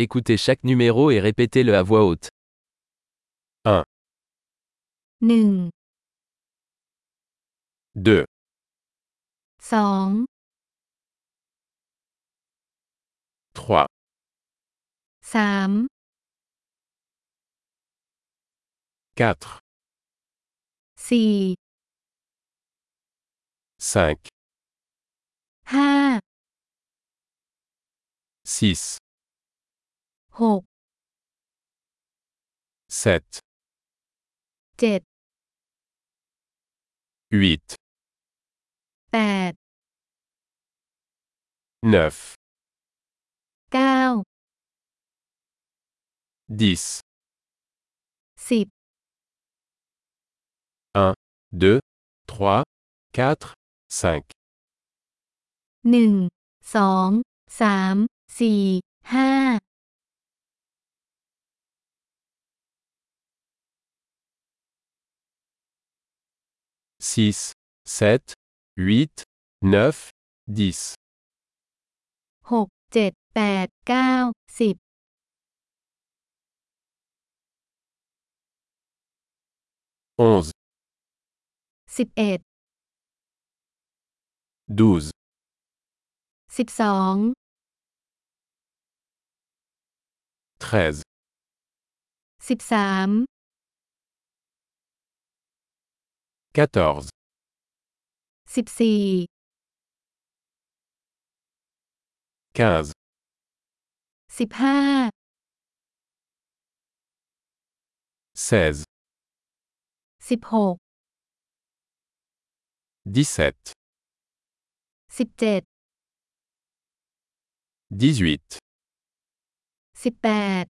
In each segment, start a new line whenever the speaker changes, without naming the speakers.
Écoutez chaque numéro et répétez-le à voix haute.
หนึ่ง
2,
สอง
3,
สาม
4,
สี่
5,
ห้า
6,
หก
7,
เจ็ด
8,
แปด
9,
เก้า
10,
สิบ
2, 3, 4, 5,
หนึ่ง สอง สาม สี่ ห้า
6, 7, 8, 9, 10,
หก เจ็ด แปด เก้า สิบ
11,
สิบเอ็ด
12,
สิบสอง
13,
สิบสาม
14,
สิบสี่
15,
สิบห้า
16,
สิบหก
17,
สิบเจ็ด
18,
สิบแปด
19,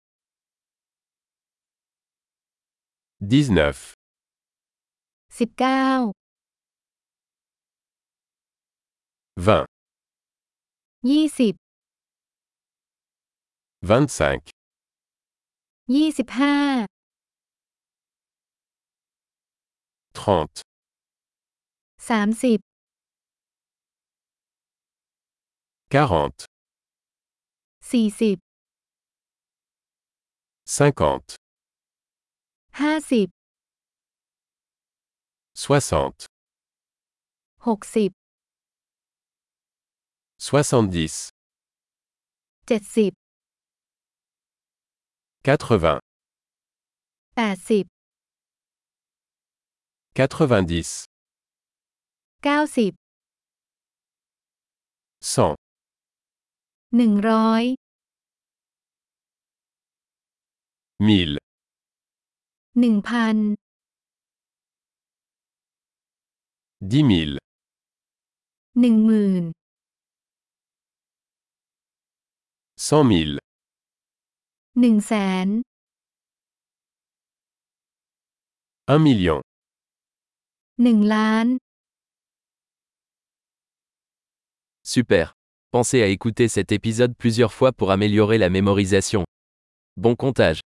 สิบเก้า
20,
ยี่สิบ
25,
ยี่สิบห้า
30,
สามสิบ
40,
สี่สิบ
50,
ห้าสิบ
60,
หกสิบ
70,
เจ็ดสิบ
80,
แปดสิบ
90,
เก้าสิบ
100,
หนึ่งร้อย
1000,
หนึ่งพัน
dix mille,
หนึ่งหมื่น
cent mille,
หนึ่งแสน
un million,
หนึ่งล้าน
Super. Pensez à écouter cet épisode plusieurs fois pour améliorer la mémorisation. Bon comptage.